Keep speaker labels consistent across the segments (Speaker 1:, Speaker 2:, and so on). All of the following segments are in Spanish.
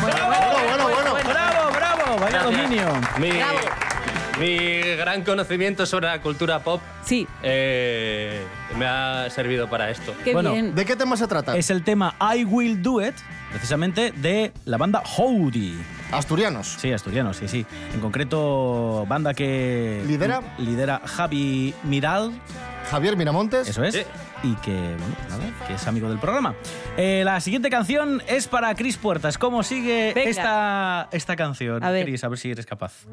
Speaker 1: Bueno, bueno, bueno.
Speaker 2: ¡Bravo, bravo! ¡Vaya dominio!
Speaker 3: Mi, mi gran conocimiento sobre la cultura pop
Speaker 4: Sí,
Speaker 3: eh, me ha servido para esto.
Speaker 4: qué
Speaker 2: Bueno,
Speaker 4: bien.
Speaker 1: ¿De qué tema se trata?
Speaker 2: Es el tema I Will Do It, precisamente de la banda Howdy.
Speaker 1: Asturianos.
Speaker 2: Sí, asturianos, sí, sí. En concreto, banda que...
Speaker 1: ¿Lidera?
Speaker 2: Lidera Javi Miral,
Speaker 1: Javier Miramontes.
Speaker 2: Eso es.
Speaker 3: Sí.
Speaker 2: Y que, bueno, pues nada, que es amigo del programa. Eh, la siguiente canción es para Cris Puertas. ¿Cómo sigue
Speaker 4: Venga.
Speaker 2: esta, esta canción?
Speaker 4: A ver.
Speaker 2: Cris, a ver si eres capaz.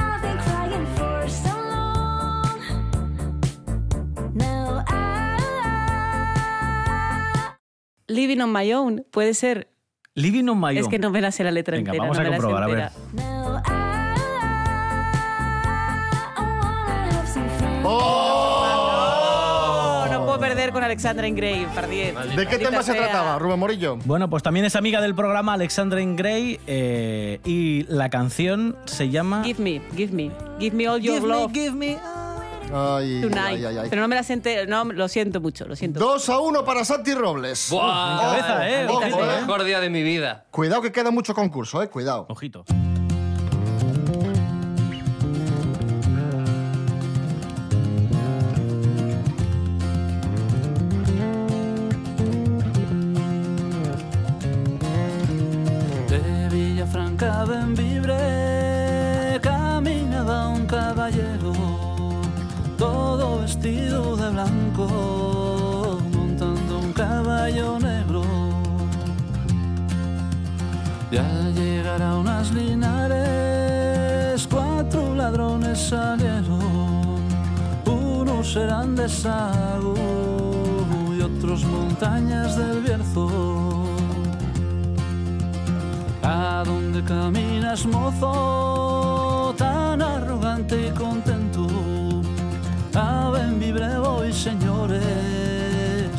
Speaker 5: I've been crying for so long. Now I.
Speaker 4: Living on my own, puede ser.
Speaker 2: Living on My
Speaker 4: Es
Speaker 2: Own.
Speaker 4: que no me la sé la letra
Speaker 2: Venga,
Speaker 4: entera.
Speaker 2: vamos
Speaker 4: no
Speaker 2: a
Speaker 4: me la sé
Speaker 2: comprobar, a ver.
Speaker 4: entera.
Speaker 5: Now I. I wanna have some fun.
Speaker 3: ¡Oh!
Speaker 4: No, no puedo perder con Alexandra Ingrave, perdí.
Speaker 1: ¿De qué tema se trataba, Rubén Morillo?
Speaker 2: Bueno, pues también es amiga del programa Alexandra Ingray eh, y la canción se llama...
Speaker 4: Give me, give me, give me all your
Speaker 2: Give me,
Speaker 4: love
Speaker 2: give me.
Speaker 1: Ay,
Speaker 4: tonight.
Speaker 1: ay, ay, ay.
Speaker 4: Pero no me la senté, no, lo siento mucho, lo siento.
Speaker 1: Dos a uno para Santi Robles.
Speaker 3: ¡Buah!
Speaker 1: Ojo,
Speaker 2: cabeza, eh,
Speaker 1: ojo,
Speaker 3: El
Speaker 1: eh.
Speaker 3: mejor día de mi
Speaker 4: Ah,
Speaker 3: vida.
Speaker 1: Cuidado que queda mucho concurso, eh. Cuidado.
Speaker 2: Ojito.
Speaker 6: De Villafranca en Vibre caminaba un caballero, todo vestido de blanco, montando un caballo negro. Y al llegar a unas linares, cuatro ladrones salieron, unos eran de Sagú y otros montañas del Bierzo. ¿A dónde caminas, mozo? Tan arrogante y contento. Ave en vibre voy, señores,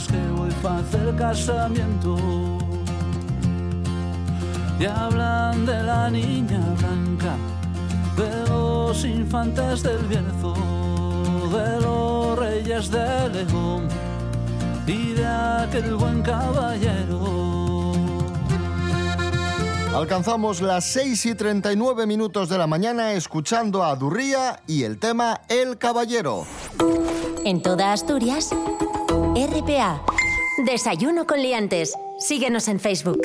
Speaker 6: que voy para hacer casamiento. Y hablan de la niña blanca, de los infantes del Bierzo, de los reyes de León y de aquel buen caballero.
Speaker 1: Alcanzamos las 6 y 39 minutos de la mañana escuchando a Durría y el tema El Caballero.
Speaker 7: En toda Asturias, RPA. Desayuno con liantes. Síguenos en Facebook.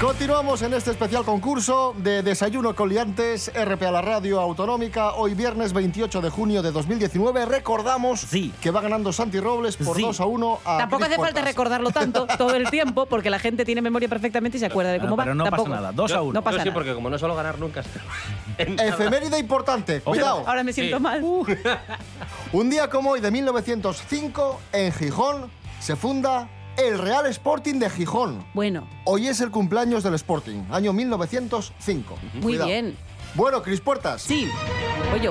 Speaker 1: Continuamos en este especial concurso de Desayuno con Liantes, RPA la Radio Autonómica, hoy viernes 28 de junio de 2019. Recordamos
Speaker 2: Sí.
Speaker 1: que va ganando Santi Robles por
Speaker 2: Sí.
Speaker 1: 2 a 1
Speaker 3: Ah,
Speaker 1: a
Speaker 4: Tampoco
Speaker 1: Cris
Speaker 4: hace falta
Speaker 1: Puertas.
Speaker 4: recordarlo tanto todo el tiempo porque la gente tiene memoria perfectamente y se acuerda de
Speaker 2: Bueno,
Speaker 4: cómo va.
Speaker 2: pero no pasa
Speaker 4: Tampoco.
Speaker 2: nada, dos a
Speaker 4: Yo-
Speaker 2: uno.
Speaker 4: No pasa
Speaker 3: Yo sí,
Speaker 4: nada.
Speaker 3: porque como no suelo ganar nunca. en nada.
Speaker 1: Efeméride importante, cuidado.
Speaker 4: Ahora me siento
Speaker 3: Sí. Uh.
Speaker 4: mal.
Speaker 1: Un día como hoy de 1905, en Gijón, se funda el Real Sporting de Gijón.
Speaker 4: Bueno.
Speaker 1: Hoy es el cumpleaños del Sporting, año 1905.
Speaker 4: Muy
Speaker 1: Cuidado.
Speaker 4: bien.
Speaker 1: Bueno, Cris Puertas.
Speaker 4: Sí. Hmm. Oye,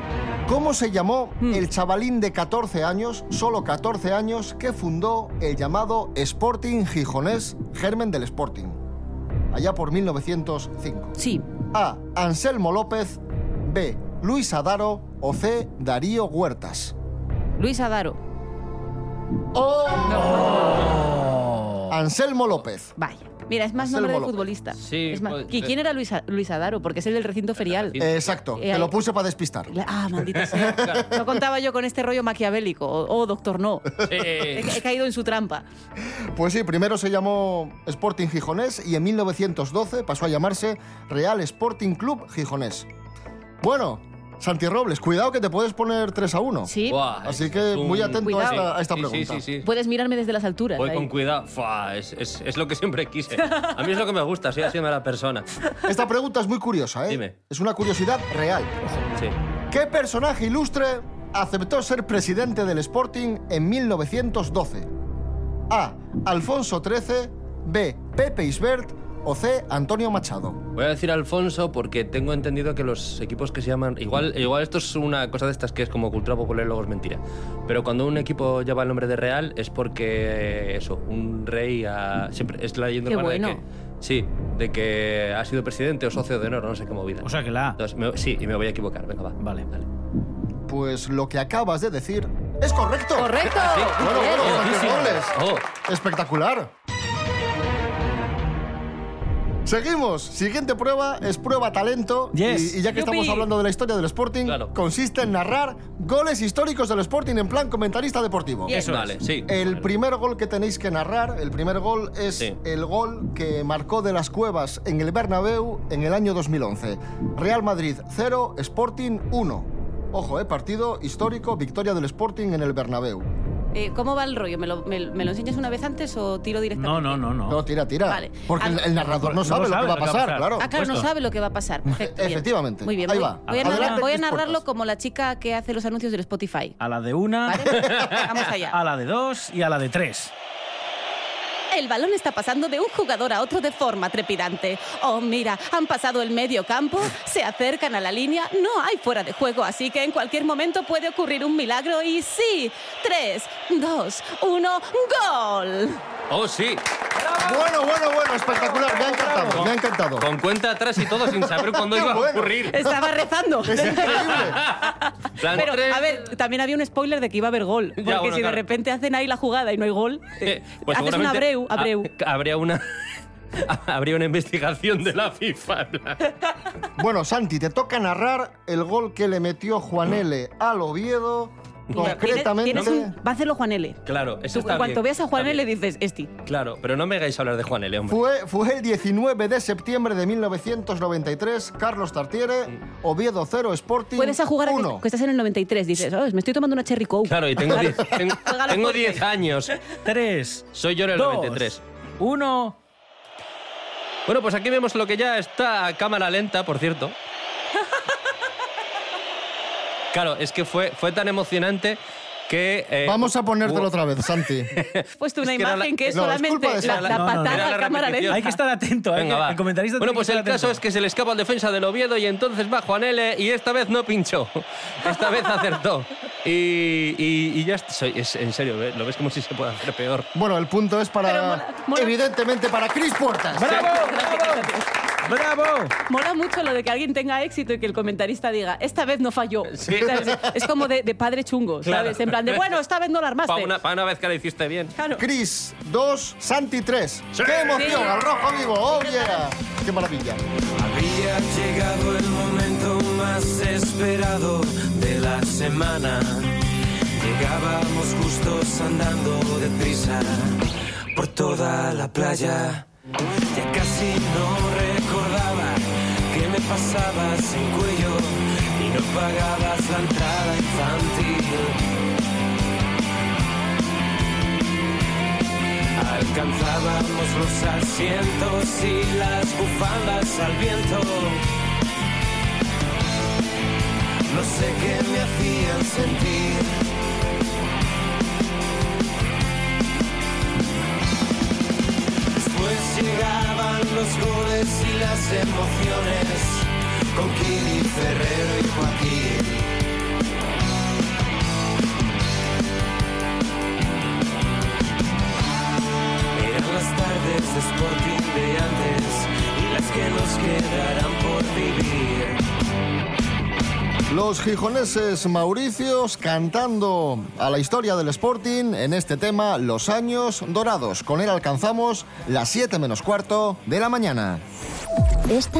Speaker 1: ¿Cómo se llamó el chavalín de 14 años, solo 14 años, que fundó el llamado Sporting Gijonés, germen del Sporting? Allá por 1905.
Speaker 4: Sí.
Speaker 1: A. Anselmo López. B. Luis Adaro. O C. Darío Huertas.
Speaker 4: Luis Adaro.
Speaker 1: ¡Oh! Anselmo López.
Speaker 4: Vaya. Mira, es más
Speaker 1: Anselmo
Speaker 4: nombre de
Speaker 1: López.
Speaker 4: futbolista.
Speaker 3: Sí,
Speaker 4: Es más-
Speaker 3: pues,
Speaker 4: ¿Y quién era Luis, A- Luis Adaro? Porque es el del recinto ferial.
Speaker 3: recinto.
Speaker 1: Eh, exacto,
Speaker 4: Eh,
Speaker 1: te
Speaker 4: ahí.
Speaker 1: lo puse para despistar.
Speaker 4: La- Ah, maldita sea. No contaba yo con este rollo maquiavélico. Oh, doctor, no. He,
Speaker 3: Eh,
Speaker 4: he caído en su trampa.
Speaker 1: Pues sí, primero se llamó Sporting Gijonés y en 1912 pasó a llamarse Real Sporting Club Gijonés. Bueno, Santi Robles, cuidado que te puedes poner 3 a 1.
Speaker 4: Sí.
Speaker 3: buah,
Speaker 1: Así
Speaker 3: es
Speaker 1: que
Speaker 3: un-
Speaker 1: muy atento a
Speaker 4: Cuidado.
Speaker 1: esta, a esta
Speaker 3: Sí,
Speaker 1: pregunta.
Speaker 3: Sí, sí, sí.
Speaker 4: Puedes mirarme desde las alturas.
Speaker 3: Voy
Speaker 4: ahí.
Speaker 3: con cuidado. Fua, es, es- es lo que siempre quise. A mí es lo que me gusta, soy así de mala persona.
Speaker 1: Esta pregunta es muy curiosa, ¿eh?
Speaker 3: Dime.
Speaker 1: Es una curiosidad real.
Speaker 3: Sí.
Speaker 1: ¿Qué personaje ilustre aceptó ser presidente del Sporting en 1912? A. Alfonso XIII, B. Pepe Isbert o C. Antonio Machado.
Speaker 3: Voy a decir Alfonso porque tengo entendido que los equipos que se llaman. Igual, igual esto es una cosa de estas que es como cultura popular y luego es mentira. Pero cuando un equipo lleva el nombre de Real es porque eso, un rey ha- siempre es la leyenda
Speaker 4: Qué
Speaker 3: urbana de
Speaker 4: bueno.
Speaker 3: que- Sí, de que ha sido presidente o socio de honor, no sé qué movida.
Speaker 2: O sea que la A.
Speaker 3: Entonces, me- sí, y me voy a equivocar, venga, va.
Speaker 2: Vale.
Speaker 3: Dale.
Speaker 1: Pues lo que acabas de decir es correcto.
Speaker 4: ¡Correcto!
Speaker 1: Bueno, bueno,
Speaker 4: Bien.
Speaker 1: Santi
Speaker 3: Buenísimo.
Speaker 1: Robles.
Speaker 3: Oh,
Speaker 1: Espectacular. Seguimos. Siguiente prueba es prueba talento.
Speaker 2: Yes.
Speaker 1: Y, y ya que estamos
Speaker 4: Yupi.
Speaker 1: hablando de la historia del Sporting,
Speaker 3: Claro.
Speaker 1: consiste en narrar goles históricos del Sporting en plan comentarista deportivo.
Speaker 4: Bien. Eso
Speaker 3: vale, sí.
Speaker 1: El
Speaker 3: Vale.
Speaker 1: primer gol que tenéis que narrar, el primer gol es
Speaker 3: Sí.
Speaker 1: el gol que marcó de las cuevas en el Bernabéu en el año 2011. Real Madrid 0, Sporting 1. Ojo, eh, partido histórico, victoria del Sporting en el Bernabéu.
Speaker 4: Eh, ¿Cómo va el rollo? ¿Me lo, me, me lo enseñas una vez antes o tiro directamente?
Speaker 2: No, no, no, no.
Speaker 1: No, tira, tira.
Speaker 4: Vale.
Speaker 1: Porque el,
Speaker 4: Al-
Speaker 1: el narrador no sabe, lo, que va a pasar, claro.
Speaker 4: Ah, claro, no
Speaker 2: Supuesto.
Speaker 4: sabe lo que va a pasar. Perfecto, bien.
Speaker 1: Efectivamente.
Speaker 4: Muy bien,
Speaker 1: Ahí
Speaker 4: voy,
Speaker 1: va.
Speaker 4: voy a, narrar-
Speaker 1: Adelante,
Speaker 4: voy a
Speaker 1: Cris
Speaker 4: narrarlo
Speaker 1: Puertas.
Speaker 4: como la chica que hace los anuncios del Spotify.
Speaker 2: A la de una,
Speaker 4: ¿Vale? Vamos allá.
Speaker 2: a la de dos y a la de tres.
Speaker 4: El balón está pasando de un jugador a otro de forma trepidante. Oh, mira, han pasado el medio campo, se acercan a la línea, no hay fuera de juego, así que en cualquier momento puede ocurrir un milagro y sí, tres, dos, uno, gol.
Speaker 3: Oh, sí.
Speaker 1: Bueno, bueno, bueno, espectacular. Me ha encantado, me ha encantado.
Speaker 3: Con cuenta atrás y todo sin saber cuándo
Speaker 1: Qué
Speaker 3: iba a
Speaker 1: bueno.
Speaker 3: ocurrir.
Speaker 4: Estaba rezando.
Speaker 1: Es increíble.
Speaker 3: Plan
Speaker 4: Pero,
Speaker 3: tres-
Speaker 4: a ver, también había un spoiler de que iba a haber gol. Porque
Speaker 3: bueno,
Speaker 4: si de
Speaker 3: claro.
Speaker 4: repente hacen ahí la jugada y no hay gol,
Speaker 3: Eh,
Speaker 4: haces un
Speaker 3: seguramente
Speaker 4: abreu,
Speaker 3: ha-
Speaker 4: abreu.
Speaker 3: habría una. Habría una investigación de la FIFA. en plan.
Speaker 1: Bueno, Santi, te toca narrar el gol que le metió Juanele al Oviedo.
Speaker 4: Mira,
Speaker 1: Concretamente.
Speaker 4: tienes- tienes un- va a hacerlo Juan L.
Speaker 3: Claro, eso
Speaker 4: Tú,
Speaker 3: está
Speaker 4: en cuanto
Speaker 3: bien,
Speaker 4: veas a
Speaker 3: está
Speaker 4: Juan L,
Speaker 3: bien.
Speaker 4: le dices, Esti.
Speaker 3: Claro, pero no me hagáis hablar de Juan L, hombre.
Speaker 1: Fue, fue el 19 de septiembre de 1993, Carlos Tartiere, Oviedo 0, Sporting
Speaker 4: Puedes a jugar a que,
Speaker 1: 1.
Speaker 4: que estás en el 93. Dices, "Oh, me estoy tomando una Cherry Coke.
Speaker 3: Claro, y tengo 10 tengo-
Speaker 4: Juégalo
Speaker 3: tengo
Speaker 4: fuerte.
Speaker 3: 10 años.
Speaker 2: Tres,
Speaker 3: Soy yo en el
Speaker 2: dos,
Speaker 3: 93.
Speaker 2: uno.
Speaker 3: Bueno, pues aquí vemos lo que ya está a cámara lenta, por cierto. Claro, es que fue, fue tan emocionante que... eh,
Speaker 1: Vamos a ponértelo
Speaker 3: hubo-
Speaker 1: otra vez, Santi.
Speaker 4: Has puesto una
Speaker 3: Es que era la-
Speaker 4: imagen que es
Speaker 1: No, es
Speaker 4: solamente
Speaker 1: culpa de
Speaker 4: la,
Speaker 1: esa-
Speaker 4: la
Speaker 2: No, no, no.
Speaker 4: patada
Speaker 3: Era
Speaker 4: a
Speaker 3: la
Speaker 4: cámara
Speaker 3: repetición.
Speaker 4: lenta.
Speaker 2: Hay que estar atento, ¿eh?
Speaker 3: Venga,
Speaker 2: que
Speaker 3: va.
Speaker 2: El comentarista
Speaker 3: bueno,
Speaker 2: tiene
Speaker 3: pues
Speaker 2: que
Speaker 3: el
Speaker 2: estar
Speaker 3: caso es
Speaker 2: atento.
Speaker 3: que se le escapa al defensa del Oviedo y entonces va Juan L y esta vez no pinchó. Esta vez acertó. Y, y- y ya est- soy- es- en serio, ¿eh? lo ves como si se puede hacer peor.
Speaker 1: Bueno, el punto es para.
Speaker 4: Pero mola- mola.
Speaker 1: Evidentemente, para Cris Puertas.
Speaker 2: ¡Bravo! ¡Bravo! ¡Bravo!
Speaker 4: Mola mucho lo de que alguien tenga éxito y que el comentarista diga, esta vez no falló.
Speaker 3: Sí.
Speaker 4: ¿Sabes? Es como de, de padre chungo,
Speaker 3: Claro.
Speaker 4: ¿sabes? En plan de, bueno, esta vez no la armaste.
Speaker 3: Para una, pa' una vez que lo hiciste bien.
Speaker 4: Claro.
Speaker 1: Cris 2, Santi 3. ¡Qué emoción!
Speaker 4: Sí.
Speaker 1: ¡Al rojo vivo! ¡Oh, yeah! ¡Qué maravilla!
Speaker 8: Había llegado el momento más esperado de la semana. Llegábamos justos andando deprisa por toda la playa. Ya casi no recordaba qué me pasaba sin cuello y no pagabas la entrada infantil. Alcanzábamos los asientos y las bufandas al viento. No sé qué me hacían sentir. buenas emociones con Kiri Ferrero y Joaquín. Eran las tardes de Sporting de antes y las que nos quedarán por vivir.
Speaker 1: Los gijoneses Mauricios cantando a la historia del Sporting en este tema Los años dorados. Con él alcanzamos las 7 menos cuarto de la mañana.
Speaker 7: Esta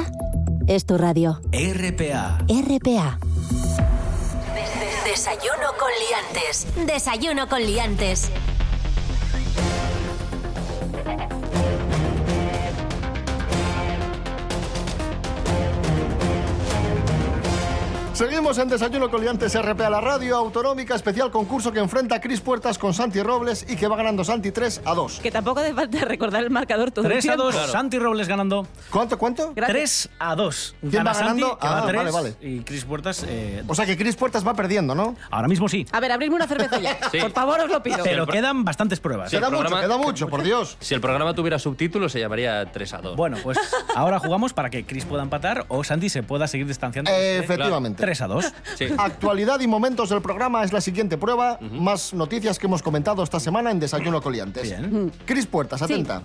Speaker 7: es tu radio.
Speaker 8: RPA.
Speaker 7: RPA. Desayuno con liantes. Desayuno con liantes.
Speaker 1: Seguimos en Desayuno con Liantes RPA, la radio autonómica especial concurso que enfrenta a Cris Puertas con Santi Robles y que va ganando Santi 3 a 2.
Speaker 4: Que tampoco hace falta recordar el marcador todo
Speaker 2: 3
Speaker 4: el
Speaker 2: a
Speaker 4: tiempo.
Speaker 2: 2, Santi Robles ganando.
Speaker 1: ¿Cuánto, cuánto?
Speaker 4: Gracias.
Speaker 2: 3 a 2.
Speaker 1: ¿Quién
Speaker 2: Gana
Speaker 1: va ganando?
Speaker 2: Santi, que va
Speaker 1: Ah,
Speaker 2: tres,
Speaker 1: vale, vale.
Speaker 2: Y Chris Puertas, eh,
Speaker 1: O sea que Cris Puertas va perdiendo, ¿no?
Speaker 2: ahora mismo sí.
Speaker 4: A ver, abridme una cerveza ya.
Speaker 3: Sí.
Speaker 4: Por favor, os lo pido.
Speaker 2: Pero quedan bastantes pruebas.
Speaker 3: Sí.
Speaker 1: queda
Speaker 3: el programa-
Speaker 1: mucho, queda mucho, por Dios.
Speaker 3: Si el programa tuviera subtítulos, se llamaría 3 a 2.
Speaker 2: Bueno, pues ahora jugamos para que Chris pueda empatar o Santi se pueda seguir distanciando.
Speaker 1: Eh, efectivamente.
Speaker 2: 3 a Ah, 2.
Speaker 3: Sí.
Speaker 1: Actualidad y momentos del programa es la siguiente prueba. Más noticias que hemos comentado esta semana en Desayuno Coliantes.
Speaker 2: Bien.
Speaker 1: Cris Puertas, atenta.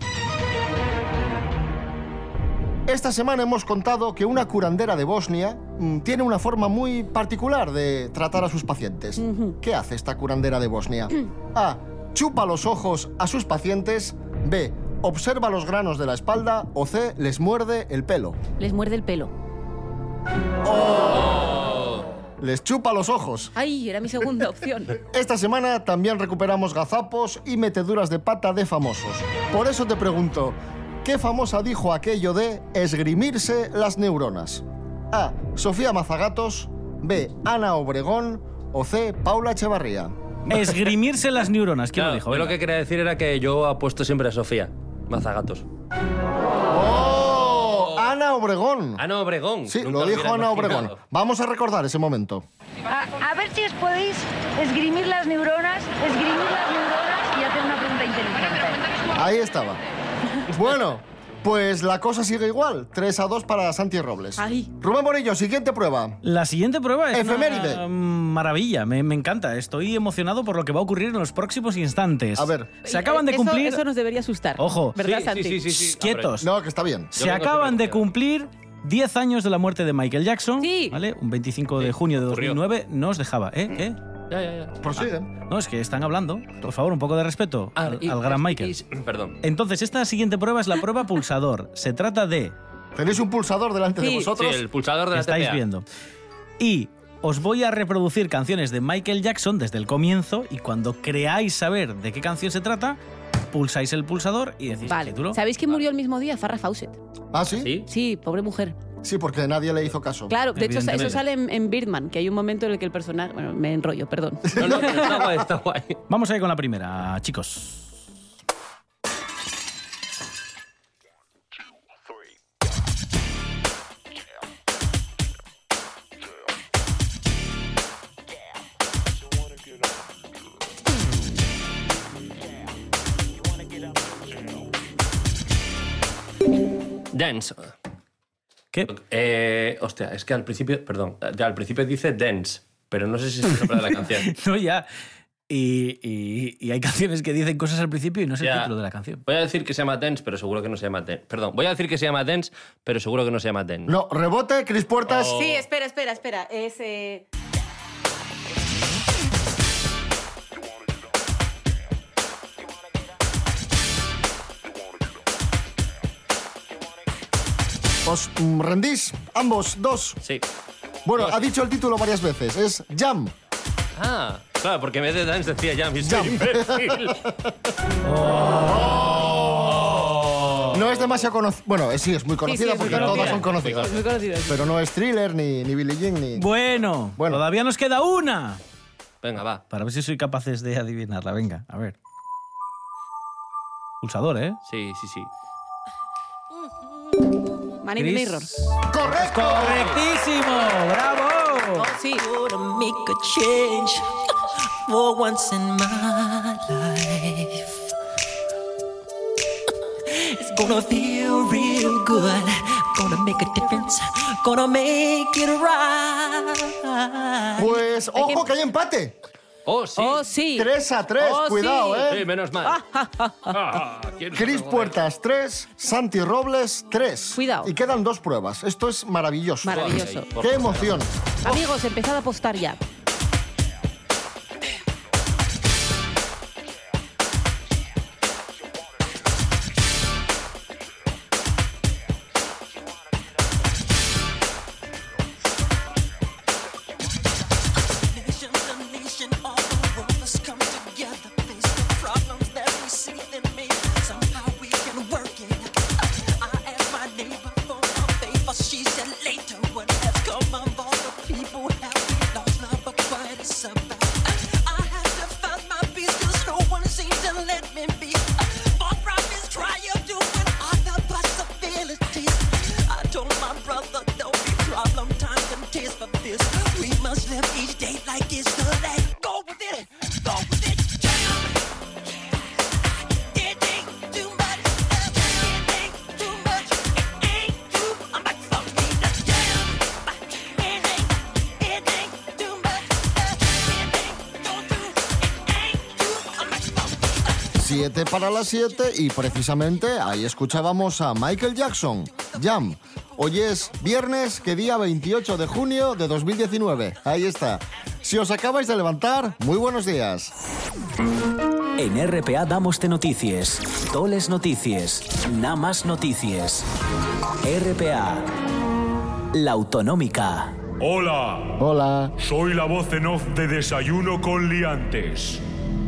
Speaker 1: Esta semana hemos contado que una curandera de Bosnia mm, tiene una forma muy particular de tratar a sus pacientes. ¿Qué hace esta curandera de Bosnia? A. Chupa los ojos a sus pacientes. B. Observa los granos de la espalda. O C. Les muerde el pelo.
Speaker 4: Les muerde el pelo.
Speaker 1: Les chupa los ojos.
Speaker 4: Ay, era mi segunda opción.
Speaker 1: Esta semana también recuperamos gazapos y meteduras de pata de famosos. Por eso te pregunto, ¿qué famosa dijo aquello de esgrimirse las neuronas? A. Sofía Mazagatos, B. Ana Obregón o C. Paula Echevarría.
Speaker 2: Esgrimirse las neuronas. ¿Quién
Speaker 3: Claro,
Speaker 2: lo dijo?
Speaker 3: yo lo
Speaker 2: Venga.
Speaker 3: que quería decir era que yo apuesto siempre a Sofía. Mazagatos.
Speaker 1: ¡Oh! Ana Obregón.
Speaker 3: Ana Obregón.
Speaker 1: Sí,
Speaker 3: Nunca
Speaker 1: lo dijo
Speaker 3: hubiera
Speaker 1: Ana
Speaker 3: imaginado.
Speaker 1: Obregón. Vamos a recordar ese momento.
Speaker 9: A, a ver si os podéis esgrimir las neuronas, esgrimir las neuronas y hacer una pregunta inteligente.
Speaker 1: Ahí estaba. Bueno, pues la cosa sigue igual. 3 a 2 para Santi Robles.
Speaker 4: Ay.
Speaker 1: Rubén Morillo, siguiente prueba.
Speaker 2: La siguiente prueba es
Speaker 1: Efeméride.
Speaker 2: una mm, maravilla, me, me encanta. Estoy emocionado por lo que va a ocurrir en los próximos instantes.
Speaker 1: A ver.
Speaker 2: se acaban de
Speaker 4: Eso-
Speaker 2: cumplir.
Speaker 4: Eso, nos debería asustar.
Speaker 2: Ojo.
Speaker 4: ¿Verdad,
Speaker 3: Sí,
Speaker 4: Santi?
Speaker 3: sí, sí, sí, sí.
Speaker 2: Quietos.
Speaker 1: No, que está bien.
Speaker 2: Se
Speaker 3: vengo
Speaker 2: acaban
Speaker 3: súper
Speaker 2: de cumplir 10 años de la muerte de Michael Jackson.
Speaker 4: Sí.
Speaker 2: ¿Vale? Un 25 de junio de
Speaker 3: ocurrió.
Speaker 2: 2009 nos dejaba. ¿Eh? ¿Eh?
Speaker 3: Ya, ya, ya. Ah.
Speaker 1: Prosigue.
Speaker 2: Ah, No, es que están hablando. Por favor, un poco de respeto al, al gran Michael.
Speaker 3: Perdón.
Speaker 2: Entonces, esta siguiente prueba es la prueba pulsador. Se trata de.
Speaker 1: Tenéis un pulsador delante de
Speaker 4: Sí.
Speaker 3: Sí,
Speaker 1: vosotros.
Speaker 3: el pulsador de la
Speaker 2: estáis
Speaker 3: TPA.
Speaker 2: viendo. Y os voy a reproducir canciones de Michael Jackson desde el comienzo y cuando creáis saber de qué canción se trata, pulsáis el pulsador y decís el
Speaker 4: Vale.
Speaker 2: título.
Speaker 4: ¿Sabéis que murió el mismo día? Farrah Fawcett.
Speaker 1: ¿Ah, sí? sí?
Speaker 3: ¿Sí?
Speaker 4: Sí, pobre mujer.
Speaker 1: porque nadie le hizo caso.
Speaker 4: Claro, de hecho
Speaker 2: Evidentemente.
Speaker 4: eso sale en, en Birdman, que hay un momento en el que el personaje... Bueno, me enrollo, perdón.
Speaker 3: No, no, pero está guay, está guay.
Speaker 2: Vamos a ir con la primera, chicos.
Speaker 3: Dance.
Speaker 2: ¿Qué?
Speaker 3: Eh, hostia, es que al principio, perdón, ya al principio dice dance, pero no sé si es el nombre de la canción.
Speaker 2: No, ya. Y, y- y hay canciones que dicen cosas al principio y no es el
Speaker 3: Ya.
Speaker 2: título de la canción.
Speaker 3: Voy a decir que se llama dance, pero seguro que no se llama dance. Perdón, voy a decir que se llama dance, pero seguro que no se llama dance.
Speaker 1: No, rebote, Cris Puertas.
Speaker 3: Oh.
Speaker 4: Sí, espera, espera, espera. Es... eh,
Speaker 1: Os mm, rendís, ambos, dos.
Speaker 3: Sí.
Speaker 1: Bueno,
Speaker 3: Dos.
Speaker 1: ha dicho el título varias veces. Es Jam.
Speaker 3: Ah, claro, porque en vez de dance decía ya, mi soy imbécil.
Speaker 1: No es demasiado conocida. Bueno, eh, sí, es muy conocida
Speaker 4: sí, es muy
Speaker 1: porque
Speaker 4: conocida.
Speaker 1: todas son conocidas.
Speaker 4: muy conocido.
Speaker 1: Pero no es thriller, ni, ni Billie Jean, ni.
Speaker 2: Bueno,
Speaker 1: Bueno.
Speaker 2: todavía nos queda una.
Speaker 3: Venga, va.
Speaker 2: Para ver si soy capaces de adivinarla. Venga, a ver. Pulsador, ¿eh?
Speaker 3: Sí, sí, sí.
Speaker 4: Man in the
Speaker 2: Chris.
Speaker 4: Mirror.
Speaker 1: ¡Correcto!
Speaker 2: ¡Correctísimo! ¡Bravo!
Speaker 4: Sí.
Speaker 8: to make a change for once in my life. It's gonna feel real good.
Speaker 10: Gonna make a difference. Gonna make it right.
Speaker 1: Pues ojo que hay empate.
Speaker 3: Oh, sí.
Speaker 4: Oh, sí.
Speaker 1: 3 a 3,
Speaker 4: Oh,
Speaker 1: cuidado,
Speaker 4: sí. Ah,
Speaker 1: ¿eh?
Speaker 4: Sí,
Speaker 3: menos Ah.
Speaker 4: mal.
Speaker 1: Cris Puertas 3, Santi Robles 3. Cuidado. Y quedan dos pruebas. Esto es maravilloso.
Speaker 4: Maravilloso. Ay, por
Speaker 1: Qué
Speaker 4: favor.
Speaker 1: emoción.
Speaker 4: Amigos, empezad a apostar ya.
Speaker 10: We must live each day like it's the last. Go with it, go with it.
Speaker 1: Siete para las siete y precisamente ahí escuchábamos a Michael Jackson, Jam. Hoy es viernes, que día 28 de junio de 2019. Ahí está. Si os acabáis de levantar, muy buenos días.
Speaker 11: En RPA damoste noticias, toles noticias, nada más noticias. RPA, la autonómica.
Speaker 12: Hola.
Speaker 1: Hola.
Speaker 12: Soy la voz en off de Desayuno con Liantes.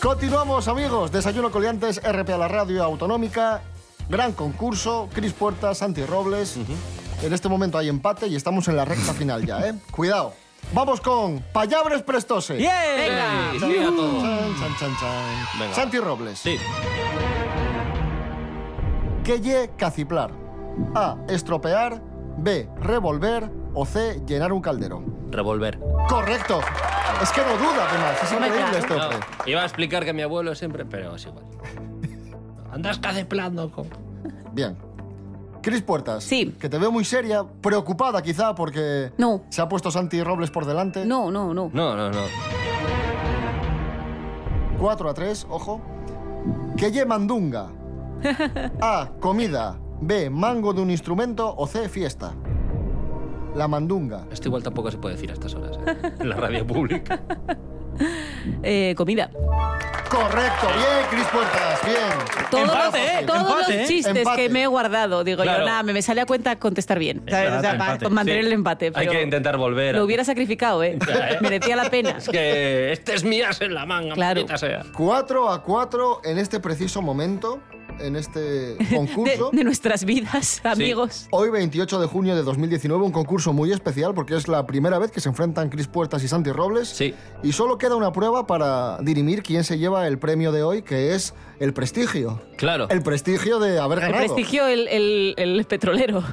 Speaker 1: Continuamos, amigos. Desayuno Coliantes, RP a la radio autonómica. Gran concurso. Cris Puertas, Santi Robles. En este momento hay empate y estamos en la recta final ya, ¿eh? Cuidado. Vamos con Payabres Prestose.
Speaker 2: ¡Bien! Venga.
Speaker 1: Chan,
Speaker 2: Sí, a todo.
Speaker 1: chan, chan, chan, chan.
Speaker 2: Venga.
Speaker 1: Santi Robles. Sí. Que ye caciplar. A. Estropear. B. Revolver. O C. Llenar un calderón.
Speaker 3: Revolver.
Speaker 1: Correcto. Es que no duda, además. Es increíble este esto.
Speaker 3: No, iba a explicar que mi abuelo siempre, pero es igual. Andas caceplando. co-
Speaker 1: Bien. Cris Puertas. Sí. Que te veo muy seria, preocupada quizá porque. No. Se ha puesto Santi Robles por delante. No, no, no.
Speaker 3: No, no, no.
Speaker 1: 4 a 3, ojo. Que ye mandunga. A. Comida. B. Mango de un instrumento. O C. Fiesta. La mandunga.
Speaker 3: Esto igual tampoco se puede decir a estas horas. ¿eh? En la radio pública.
Speaker 4: Eh, comida.
Speaker 1: Correcto, bien, Cris Puertas, bien.
Speaker 4: Todos,
Speaker 1: Empate, ¿eh?
Speaker 4: todos
Speaker 1: Empate, ¿eh?
Speaker 4: los chistes
Speaker 1: Empate.
Speaker 4: que me he guardado, digo
Speaker 3: Claro.
Speaker 4: yo, nada, me, me sale a cuenta contestar bien. ¿sabes?
Speaker 3: Empate,
Speaker 4: o sea, para
Speaker 3: empate.
Speaker 4: mantener
Speaker 3: Sí.
Speaker 4: el empate.
Speaker 3: Hay
Speaker 4: Pero
Speaker 3: que intentar volver.
Speaker 4: Lo hubiera sacrificado, ¿eh?
Speaker 3: Ya, ¿eh?
Speaker 4: Merecía la pena.
Speaker 3: Es que este es mías en la manga.
Speaker 4: Claro.
Speaker 3: maldita sea.
Speaker 1: 4 a 4 en este preciso momento, en este concurso.
Speaker 4: De, de nuestras vidas, amigos.
Speaker 1: Hoy, 28 de junio de 2019, un concurso muy especial porque es la primera vez que se enfrentan Cris Puertas y Santi Robles. Sí. Y solo queda una prueba para dirimir quién se lleva el premio de hoy, que es el prestigio.
Speaker 3: Claro.
Speaker 1: El prestigio de haber
Speaker 4: El
Speaker 1: ganado.
Speaker 4: prestigio, el, el- el petrolero.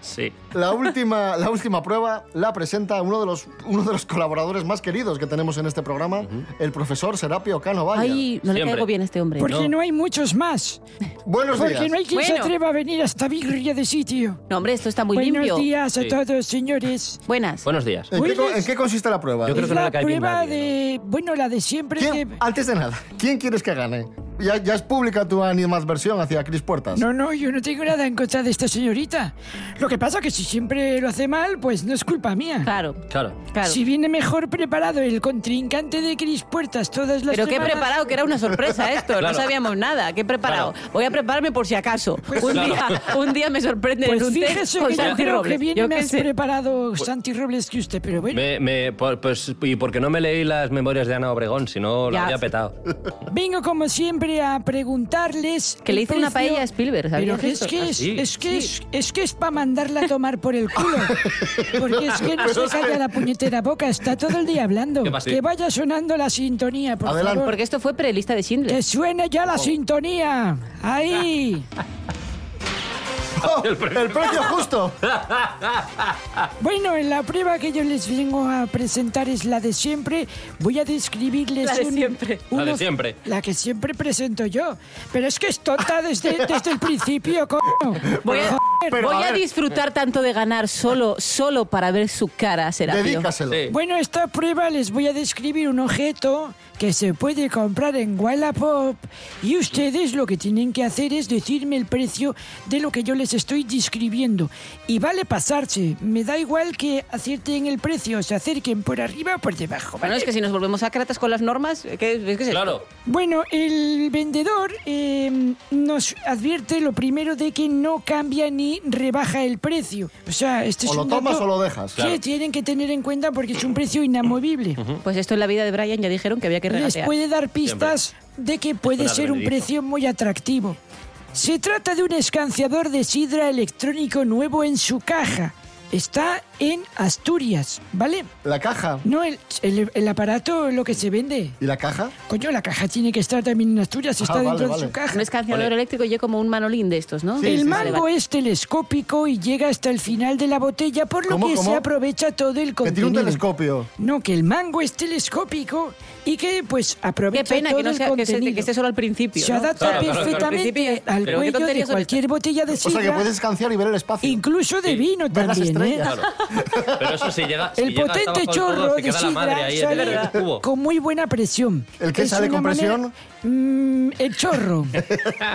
Speaker 3: Sí.
Speaker 1: La última, la última prueba la presenta uno de, los, uno de los colaboradores más queridos que tenemos en este programa, el profesor Serapio Cano Valle.
Speaker 4: Ay, no le caigo bien a este hombre.
Speaker 1: ¿Por qué
Speaker 13: Porque no hay muchos más.
Speaker 1: Buenos
Speaker 13: Porque
Speaker 1: días.
Speaker 13: no hay quien se
Speaker 4: Bueno.
Speaker 13: atreva a venir hasta birria de sitio.
Speaker 4: No, hombre, esto está muy
Speaker 13: Buenos
Speaker 4: limpio.
Speaker 13: días a
Speaker 4: Sí.
Speaker 13: todos, señores.
Speaker 4: Buenas.
Speaker 3: Buenos días.
Speaker 1: ¿En qué, co- en qué consiste la prueba?
Speaker 13: es la prueba de... Bueno, la de siempre...
Speaker 1: ¿Quién- Antes de nada, ¿quién quieres que gane? ya, ya es pública tu animadversión hacia Cris Puertas.
Speaker 13: No, no, yo no tengo nada en contra de esta señorita. Lo que pasa que si siempre lo hace mal, pues no es culpa mía.
Speaker 4: Claro.
Speaker 3: Claro.
Speaker 13: Si viene mejor preparado el contrincante de Cris Puertas todas las
Speaker 4: Pero qué
Speaker 13: semanas-
Speaker 4: preparado, que era una sorpresa esto, no
Speaker 13: Claro.
Speaker 4: sabíamos nada, qué preparado. Voy a prepararme por si acaso. un,
Speaker 13: Pues Claro.
Speaker 4: día, un día me sorprende
Speaker 13: Pues
Speaker 4: en un test
Speaker 13: fíjese
Speaker 4: con
Speaker 13: que yo
Speaker 4: Santi
Speaker 13: creo que
Speaker 4: Robles.
Speaker 13: viene
Speaker 4: Yo qué
Speaker 13: más
Speaker 4: sé.
Speaker 13: preparado Santi Robles que usted, pero bueno.
Speaker 3: Me- me- por- pues, y porque no me leí las memorias de Ana Obregón, si no lo
Speaker 13: Ya.
Speaker 3: habría petado.
Speaker 13: Vengo como siempre a preguntarles...
Speaker 4: Que le
Speaker 13: el
Speaker 4: hizo una
Speaker 13: precio-
Speaker 4: paella a Spielberg, ¿sabías
Speaker 13: Pero es
Speaker 4: eso?
Speaker 13: que
Speaker 4: Ah,
Speaker 13: es,
Speaker 4: sí.
Speaker 13: es que
Speaker 4: Sí.
Speaker 13: es, es que es para mandarla a tomar por el culo. Porque es que no
Speaker 4: Pero
Speaker 13: se
Speaker 4: es que-
Speaker 13: calla la puñetera boca, está todo el día hablando.
Speaker 4: ¿Qué pasa?
Speaker 13: Que vaya sonando la sintonía, por favor.
Speaker 4: Porque esto fue prelista de Schindler. Oh.
Speaker 13: Que suene ya la sintonía. Ahí.
Speaker 3: el,
Speaker 1: precio. justo.
Speaker 13: Bueno, en la prueba que yo les vengo a presentar es la de siempre. Voy a describirles
Speaker 4: La de
Speaker 13: un-
Speaker 4: siempre.
Speaker 3: La de
Speaker 13: unos-
Speaker 3: siempre.
Speaker 13: La que siempre presento yo. Pero es que es tonta desde, desde el principio, coño.
Speaker 4: Voy a,
Speaker 13: Pero,
Speaker 4: voy
Speaker 13: a
Speaker 4: a
Speaker 13: ver.
Speaker 4: disfrutar tanto de ganar solo, solo para ver su cara, Serapio.
Speaker 13: Bueno, esta prueba les voy a describir un objeto que se puede comprar en Wallapop y ustedes lo que tienen que hacer es decirme el precio de lo que yo les estoy describiendo. Y vale pasarse, me da igual que acierten el precio, se acerquen por arriba o por debajo.
Speaker 4: Bueno, es que si nos volvemos a cratas con las normas, ¿qué, es
Speaker 3: Claro.
Speaker 13: Bueno, el vendedor eh, nos advierte lo primero de que no cambia ni rebaja el precio. O sea, este
Speaker 1: O
Speaker 13: es
Speaker 1: lo
Speaker 13: un
Speaker 1: tomas
Speaker 13: dato
Speaker 1: o lo dejas.
Speaker 13: Que
Speaker 1: Claro.
Speaker 13: tienen que tener en cuenta porque es un precio inamovible.
Speaker 4: Pues esto en la vida de Brian ya dijeron que había que
Speaker 13: Les
Speaker 4: regatear.
Speaker 13: puede dar pistas de que puede
Speaker 4: Espera,
Speaker 13: ser un
Speaker 4: Benedicto.
Speaker 13: precio muy atractivo. Se trata de un escanciador de sidra electrónico nuevo en su caja. Está en Asturias, ¿vale?
Speaker 1: ¿La caja?
Speaker 13: No, el, el- el aparato, lo que se vende.
Speaker 1: ¿Y la caja?
Speaker 13: Coño, la caja tiene que estar también en Asturias,
Speaker 1: Ah,
Speaker 13: está dentro de su caja.
Speaker 4: Un escanciador eléctrico y yo como un manolín de estos, ¿no?
Speaker 13: el mango es telescópico y llega hasta el final de la botella, por lo
Speaker 1: ¿Cómo,
Speaker 13: que
Speaker 1: cómo?
Speaker 13: se aprovecha todo el
Speaker 1: Que tiene
Speaker 13: contenido.
Speaker 1: un telescopio.
Speaker 13: No, que el mango es telescópico y que pues aprovecha
Speaker 4: Qué pena
Speaker 13: todo
Speaker 4: que no
Speaker 13: el
Speaker 4: sea- que se-
Speaker 13: contenido.
Speaker 4: que esté solo al principio,
Speaker 13: Se
Speaker 4: ¿no?
Speaker 13: adapta
Speaker 4: Claro, claro, claro.
Speaker 13: perfectamente
Speaker 4: Al principio,
Speaker 13: al
Speaker 4: pero qué
Speaker 13: cuello de
Speaker 4: tonterías son
Speaker 13: cualquier botella de
Speaker 1: O sea,
Speaker 13: sidra.
Speaker 1: que puedes escanciar y ver el espacio.
Speaker 13: Incluso de vino
Speaker 1: Ver las
Speaker 13: también, ¿eh?
Speaker 1: estrellas.
Speaker 3: Pero eso si llega. si
Speaker 13: El
Speaker 3: llega hasta
Speaker 13: potente
Speaker 3: abajo del todo,
Speaker 13: chorro
Speaker 3: se
Speaker 13: de
Speaker 3: queda la madre
Speaker 13: sidra
Speaker 3: ahí en el
Speaker 13: sale
Speaker 3: cubo.
Speaker 13: con muy buena presión.
Speaker 1: ¿El qué
Speaker 13: Es
Speaker 1: sale con
Speaker 13: una
Speaker 1: presión?
Speaker 13: Mm, el chorro.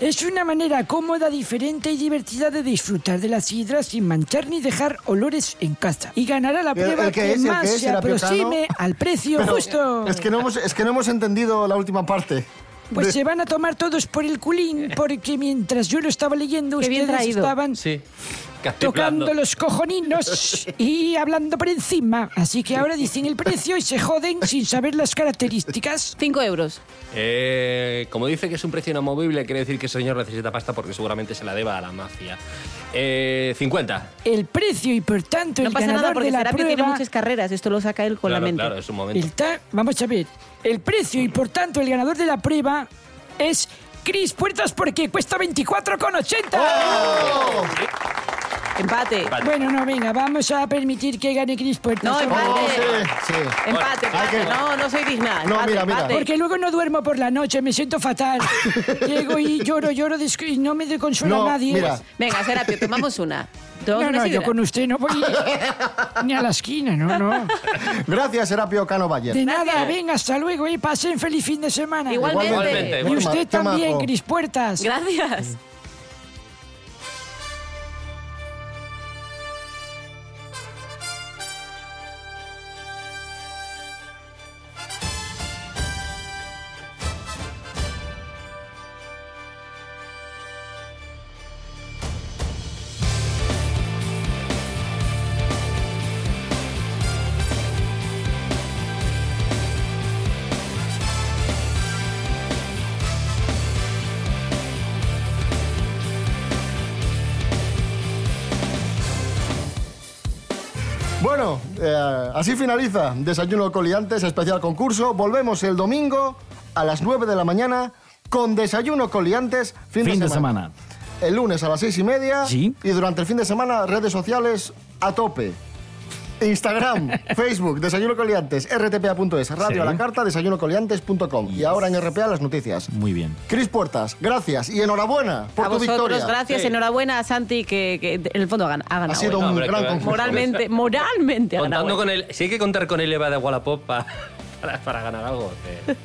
Speaker 13: es una manera cómoda, diferente y divertida de disfrutar de la sidra sin manchar ni dejar olores en casa. Y ganará la
Speaker 1: ¿El- el
Speaker 13: prueba
Speaker 1: qué
Speaker 13: que
Speaker 1: es? ¿El qué
Speaker 13: más
Speaker 1: es,
Speaker 13: se
Speaker 1: Serapio
Speaker 13: aproxime
Speaker 1: Cano?
Speaker 13: al precio
Speaker 1: Pero
Speaker 13: justo.
Speaker 1: Es que, no hemos, es que no hemos entendido la última parte.
Speaker 13: Pues
Speaker 1: De-
Speaker 13: se van a tomar todos por el culín, porque mientras yo lo estaba leyendo,
Speaker 4: Qué bien
Speaker 13: ustedes
Speaker 4: traído.
Speaker 13: estaban
Speaker 3: Sí.
Speaker 13: tocando
Speaker 3: Contemplando.
Speaker 13: los cojoninos y hablando por encima. Así que ahora dicen el precio y se joden sin saber las características.
Speaker 4: 5 euros.
Speaker 3: Eh, como dice que es un precio inamovible, quiere decir que el señor necesita pasta porque seguramente se la deba a la mafia. Eh, 50.
Speaker 13: El precio y por tanto
Speaker 4: No
Speaker 13: el
Speaker 4: pasa
Speaker 13: ganador
Speaker 4: nada porque
Speaker 13: de la
Speaker 4: Serapio
Speaker 13: prueba.
Speaker 4: tiene muchas carreras, esto lo saca él con
Speaker 3: claro,
Speaker 4: la mente.
Speaker 3: claro, es un momento.
Speaker 13: el ta- vamos a ver. El precio y por tanto el ganador de la prueba es Chris Puertas porque cuesta 24,80.
Speaker 1: ¡Oh!
Speaker 4: Empate.
Speaker 13: Bueno, no, venga, vamos a permitir que gane Chris Puertas.
Speaker 4: No, empate.
Speaker 13: Hombre.
Speaker 1: Oh, Sí.
Speaker 4: Empate,
Speaker 1: Hay
Speaker 4: empate.
Speaker 1: que-
Speaker 4: No, no soy digna.
Speaker 1: No,
Speaker 4: Empate,
Speaker 1: mira, mira.
Speaker 4: empate.
Speaker 13: Porque luego no duermo por la noche, me siento fatal. Llego y lloro, lloro des- y no me consuela
Speaker 4: No,
Speaker 13: nadie.
Speaker 4: mira. Venga, Serapio, tomamos una. Tomamos
Speaker 13: No,
Speaker 4: una
Speaker 13: no, yo
Speaker 4: sidra.
Speaker 13: con usted no voy ni a la esquina, no, no.
Speaker 1: Gracias, Serapio Cano Bayer.
Speaker 13: De nada, venga, hasta luego y pasen feliz fin de semana.
Speaker 1: Igualmente. Igualmente,
Speaker 13: Y
Speaker 1: buen ma-
Speaker 13: usted
Speaker 1: qué
Speaker 13: también,
Speaker 1: majo.
Speaker 13: Cris Puertas.
Speaker 4: Gracias.
Speaker 1: Bueno, eh, así finaliza Desayuno Coliantes, especial concurso. Volvemos el domingo a las 9 de la mañana con Desayuno Coliantes, fin,
Speaker 2: Fin de semana.
Speaker 1: El lunes a las 6 y media. Y durante el fin de semana, redes sociales a tope. Instagram, Facebook, Desayuno Coliantes, rtpa.es, radio
Speaker 2: Sí.
Speaker 1: a la carta, desayunocoliantes.com. Y ahora en RPA las noticias.
Speaker 2: Muy bien.
Speaker 1: Cris Puertas, gracias y enhorabuena por
Speaker 4: a
Speaker 1: tu
Speaker 4: vosotros,
Speaker 1: victoria.
Speaker 4: gracias, enhorabuena a Santi, que, que en el fondo ha gan- ha ganado.
Speaker 1: sido
Speaker 4: ¿eh?
Speaker 1: un No, hombre, gran que va- concurso.
Speaker 13: ¿eh?
Speaker 4: Moralmente, moralmente ha ganado.
Speaker 3: Contando con el. Si hay que contar con el EVA de Wallapop para para, para ganar algo. que- en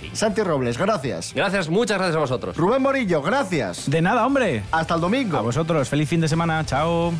Speaker 3: fin.
Speaker 1: Santi Robles, gracias.
Speaker 3: Gracias, muchas gracias a vosotros.
Speaker 1: Rubén Morillo, gracias.
Speaker 2: De nada, hombre.
Speaker 1: Hasta el domingo.
Speaker 2: A vosotros, feliz fin de semana. Chao.